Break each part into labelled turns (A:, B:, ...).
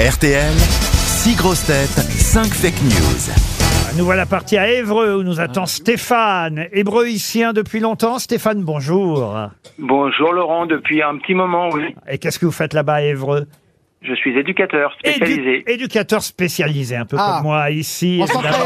A: RTL, 6 grosses têtes, 5 fake news.
B: Nous voilà partis à Évreux où nous attend Stéphane, hébreuicien depuis longtemps. Stéphane, bonjour.
C: Bonjour Laurent, depuis un petit moment, oui.
B: Et qu'est-ce que vous faites là-bas à Évreux
C: Je suis éducateur spécialisé.
B: Édu- éducateur spécialisé, un peu
D: Ah.
B: comme moi ici.
D: On s'en
B: évidemment.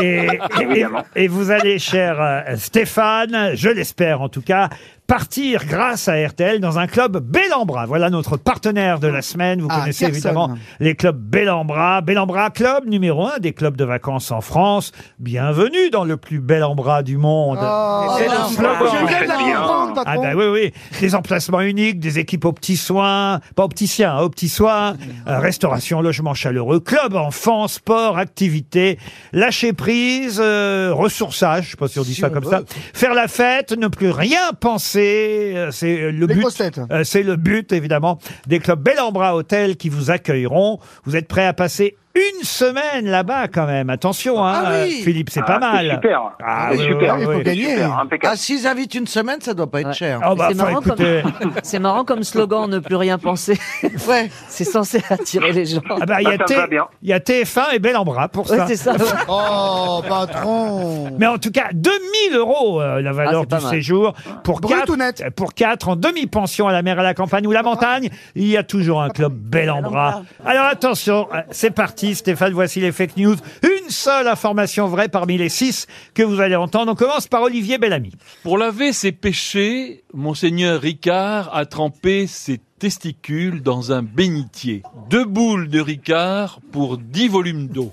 B: Et, et-
C: Évidemment.
B: et vous allez, cher euh, Stéphane, je l'espère en tout cas, partir grâce à RTL dans un club Bellambra. Voilà notre partenaire de la semaine. Vous
D: Ah,
B: connaissez
D: Carson.
B: évidemment les clubs Bellambra. Bellambra, club numéro un des clubs de vacances en France. Bienvenue dans le plus Bellambra du monde.
E: Oh,
D: C'est
B: là,
D: Je
B: bravo.
D: viens de la
C: Très bien.
D: comprendre,
B: Ah
D: patron.
B: bah oui, oui. Des emplacements uniques, des équipes aux petits soins, pas aux petits siens, hein, aux petits soins, Euh, restauration, logement chaleureux, club enfant, sport, activité, lâcher prise, euh, ressourçage, je sais pas si on dit
D: Si
B: ça
D: on
B: comme
D: veut.
B: ça, faire la fête, ne plus rien penser, euh, c'est euh, le
D: Les
B: but.
D: grosses têtes.
B: Euh, c'est le but, évidemment, des clubs Bellambra Hôtel qui vous accueilleront. Vous êtes prêts à passer une semaine là-bas, quand même. Attention, hein,
E: Ah
B: euh,
E: oui.
B: Philippe, c'est
C: Ah,
B: pas mal.
C: super.
B: Ah,
C: C'est
B: oui,
C: super.
B: oui,
D: Il faut
B: oui.
D: gagner.
C: Super, impeccable.
E: Ah, s'ils invitent une semaine, ça doit pas être
F: Ouais.
E: cher.
B: Ah bah,
F: c'est,
B: enfin,
F: marrant comme...
B: écoutez.
F: c'est marrant comme slogan, ne plus rien penser.
E: Ouais.
F: c'est censé attirer les gens.
B: Ah bah, il y, a
C: Bah, ça me va
B: T-
C: bien.
B: il y a TF1 et Bellambra pour
F: Ouais,
B: ça.
F: c'est ça.
D: Oh, patron.
B: Mais en tout cas, 2000 euros euh, la valeur
F: Ah, c'est pas
B: du
F: mal.
B: séjour pour
D: Brut
B: quatre, euh,
D: ou net
B: pour quatre en demi-pension à la mer, à la campagne ou la montagne. Il y a toujours un club
F: Ah,
B: bel en bras. Alors attention, euh, c'est parti Stéphane, voici les fake news. Une seule information vraie parmi les six que vous allez entendre. On commence par Olivier Bellamy.
F: Ah
G: Pour laver ses péchés, monseigneur Ricard a trempé ses testicules dans un bénitier. Deux boules de Ricard pour dix volumes d'eau.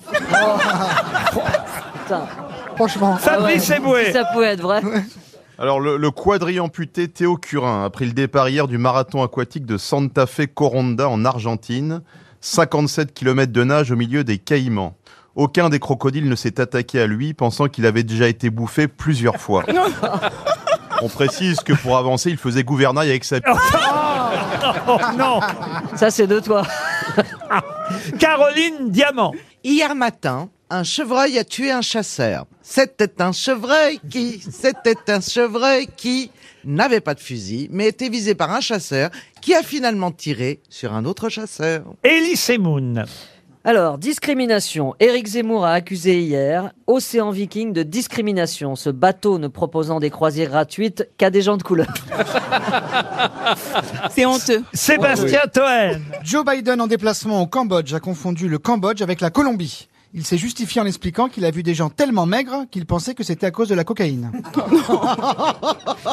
F: Putain.
D: Franchement.
B: Fabrice
F: Si
B: Eboué.
F: ça pouvait être vrai.
H: Alors, le, le quadri-amputé Théo Curin a pris le départ hier du marathon aquatique de Santa Fe Coronda en Argentine. 57 km de nage au milieu des Caïmans. Aucun des crocodiles ne s'est attaqué à lui, pensant qu'il avait déjà été bouffé plusieurs fois. On précise que pour avancer, il faisait gouvernail avec sa
B: Oh non
F: Ça, c'est de toi.
B: Caroline Diamant.
E: Ah, Hier matin, un chevreuil a tué un chasseur. C'était un chevreuil qui, c'était un chevreuil qui n'avait pas de fusil, mais était visé par un chasseur qui a finalement tiré sur un autre chasseur.
B: Elie Semoun.
F: Alors, discrimination. Éric Zemmour a accusé hier Océan Viking de discrimination, ce bateau ne proposant des croisières gratuites qu'à des gens de couleur.
I: C'est honteux.
B: Sébastien Toen.
D: Joe Biden en déplacement au Cambodge a confondu le Cambodge avec la Colombie. Il s'est justifié en expliquant qu'il a vu des gens tellement maigres qu'il pensait que c'était à cause de la cocaïne.
E: Ah.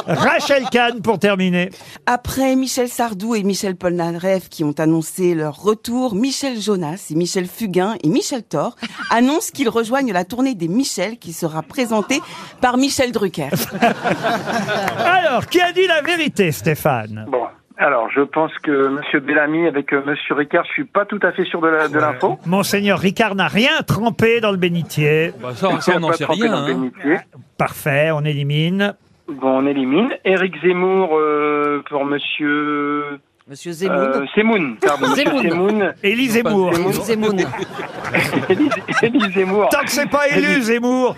B: Rachel Kahn pour terminer.
I: Après Michel Sardou et Michel Polnareff qui ont annoncé leur retour, Michel Jonas et Michel Fugain et Michel Thor annoncent qu'ils rejoignent la tournée des Michel qui sera présentée par Michel Drucker.
B: Alors, qui a dit la vérité, Stéphane
C: Bon, alors je pense que Monsieur Bellamy avec euh, Monsieur Ricard, je suis pas tout à fait sûr de la- de l'info.
B: Monseigneur Ricard n'a rien trempé dans le bénitier.
G: Bah ça,
C: Monsieur
G: ça,
C: a
G: on n'en
C: pas
G: sait
C: trempé
G: rien.
C: dans le
G: hein.
C: bénitier.
B: Parfait, on élimine.
C: Bon, on élimine. Éric Zemmour euh, pour Monsieur
F: Monsieur
C: euh,
F: Zemoun.
C: Semoun. Pardon, Monsieur
F: Semoun.
C: Semoun.
B: Élie Zemmour.
F: Éric Zemoun.
C: Élie Élie Zemmour.
B: Tant que c'est pas élu, Zemmour.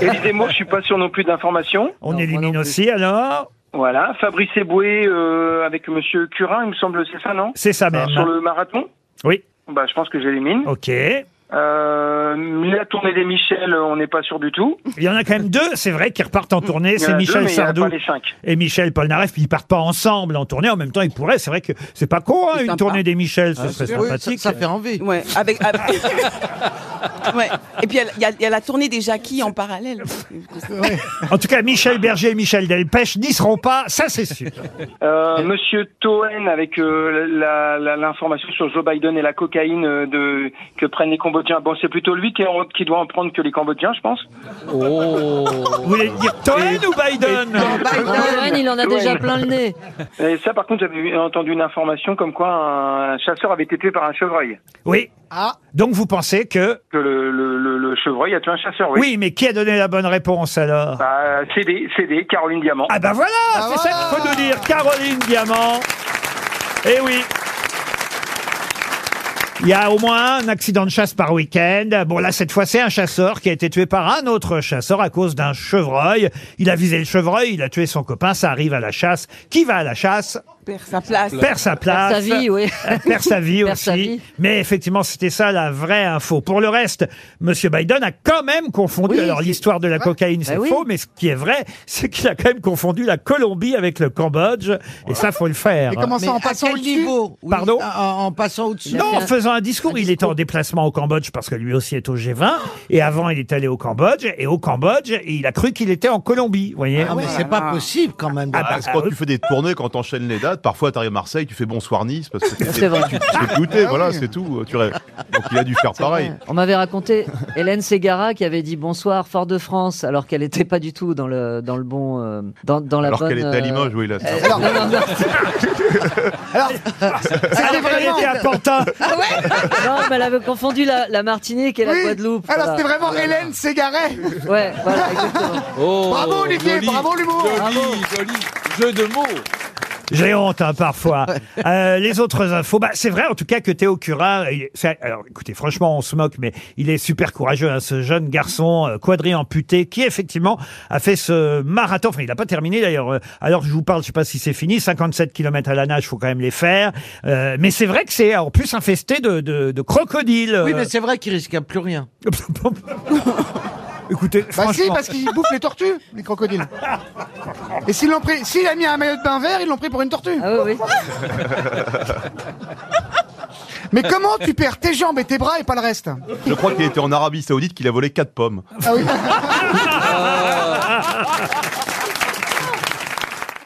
C: Élie Zemmour, je suis pas sûr non plus d'informations.
B: On
F: Non, moi non
B: élimine
F: plus.
B: aussi, alors.
C: Voilà. Fabrice Eboué euh, avec Monsieur Curin, il me semble, c'est ça, non
B: C'est ça
C: Sur
B: même.
C: le marathon
B: Oui.
C: Bah, je pense que j'élimine.
B: Ok. Il
C: Euh, la tournée des Michel, euh, on n'est pas sûr du tout.
B: y en a quand même deux, c'est vrai, qui repartent en tournée.
C: Il y en
B: C'est
C: a deux,
B: Michel
C: mais il y en a
B: Sardou
C: pas les cinq.
B: et Michel Polnareff. Puis ils partent pas ensemble en tournée. En même temps, ils pourraient. C'est vrai que c'est pas con, hein,
I: C'est
B: une
I: sympa.
B: tournée des Michel. Ce serait
E: Oui, ça,
B: sympathique.
E: ça fait envie.
I: Ouais, avec. avec- Ouais. Et puis il y a- il y, a- il y a la tournée des Jackie en parallèle.
B: En tout cas, Michel Berger et Michel Delpech n'y seront pas. Ça, c'est sûr.
C: Euh, Monsieur Toen avec euh, la- la- l'information sur Joe Biden et la cocaïne euh, de, que prennent les Cambodgiens. Bon, c'est plutôt lui qui, en- qui doit en prendre que les Cambodgiens, je pense.
B: Vous voulez dire Toen ou Biden
F: Johan, Ah, il en a
C: Ouais.
F: déjà plein le nez.
C: Et ça, par contre, j'avais entendu une information comme quoi un chasseur avait été tué par un chevreuil.
B: Oui.
D: Ah,
B: Donc vous pensez que.
C: Que le, le- le- le chevreuil a tué un chasseur, oui.
B: Oui, mais qui a donné la bonne réponse alors
C: Bah, CD, CD, Caroline Diamant.
B: Ah ben voilà, c'est ça qu'il faut nous dire. Caroline Diamant. Eh oui. Il y a au moins un accident de chasse par week-end. Bon là, cette fois, c'est un chasseur qui a été tué par un autre chasseur à cause d'un chevreuil. Il a visé le chevreuil, il a tué son copain, ça arrive à la chasse. Qui va à la chasse
I: perd sa place.
B: perd sa place.
F: Perd sa vie, oui.
B: perd sa vie
F: Perd
B: aussi.
F: sa vie.
B: Mais effectivement, c'était ça la vraie info. Pour le reste, Monsieur Biden a quand même confondu.
D: Oui,
B: alors
D: c'est-
B: l'histoire de la cocaïne, c'est
F: Bah oui.
B: faux, mais ce qui est vrai, c'est qu'il a quand même confondu la Colombie avec le Cambodge. Et ça, faut le faire.
D: Mais comment
E: Mais
D: ça, en
E: à
D: passant
E: quel
D: au-dessus
E: niveau Oui,
B: Pardon
E: en, en passant au-dessus.
B: Non, en faisant un discours,
F: Un
B: il était
F: discours.
B: en déplacement au Cambodge parce que lui aussi est au G20. Et avant, il est allé au Cambodge. Et au Cambodge, il a cru qu'il était en Colombie. Vous voyez
E: Ah, mais c'est pas possible quand même. de-
B: Ah, bah,
H: Parce que quand
B: ah,
H: tu fais des tournées, quand t'enchaînes les dates, parfois t'arrives à Marseille, tu fais bonsoir Nice, parce que tu
F: C'est vrai.
H: tu te fais goûter, voilà, c'est tout. euh, Tu rêves. Donc il a dû faire pareil.
F: On m'avait raconté Hélène Ségara qui avait dit bonsoir Fort-de-France alors qu'elle n'était pas du tout dans le dans le bon euh, dans, dans la
H: Alors
F: bonne.
H: qu'elle était à
F: euh,
H: Limoges, oui, là. c'est
F: euh, non, non, non.
B: Alors qu'elle était à Pantin.
F: Non, mais elle avait confondu la, la Martinique et la
D: Oui. ah,
F: Guadeloupe.
D: Alors
F: voilà.
D: c'était vraiment Hélène Ségaret. Bah,
F: Ouais, voilà, exactement.
G: Oh,
D: Bravo, Olivier,
G: joli,
D: bravo, l'humour.
G: Joli,
D: Bravo.
G: joli jeu de mots.
B: J'ai honte hein, parfois. Euh, les autres infos, bah, c'est vrai en tout cas que Théo Curin, il- c'est- alors écoutez, franchement, on se moque, mais il est super courageux, hein, ce jeune garçon euh, quadri-amputé qui effectivement a fait ce marathon. Enfin, il n'a pas terminé d'ailleurs. euh, Alors que je vous parle, je sais pas si c'est fini. 57 km à la nage, faut quand même les faire. Euh, mais c'est vrai que c'est en plus infesté de, de, de crocodiles.
E: Oui,
B: euh.
E: mais c'est vrai qu'il risque plus rien.
B: écoutez,
D: Bah si,
B: franchement,
D: parce qu'ils bouffent les tortues, les crocodiles. Et s'ils l'ont pris, s'il a mis un maillot de bain vert, ils l'ont pris pour une tortue.
F: Ah oui, oui.
D: Mais comment tu perds tes jambes et tes bras et pas le reste
H: Je crois qu'il était en Arabie Saoudite qu'il a volé quatre pommes.
D: Ah oui.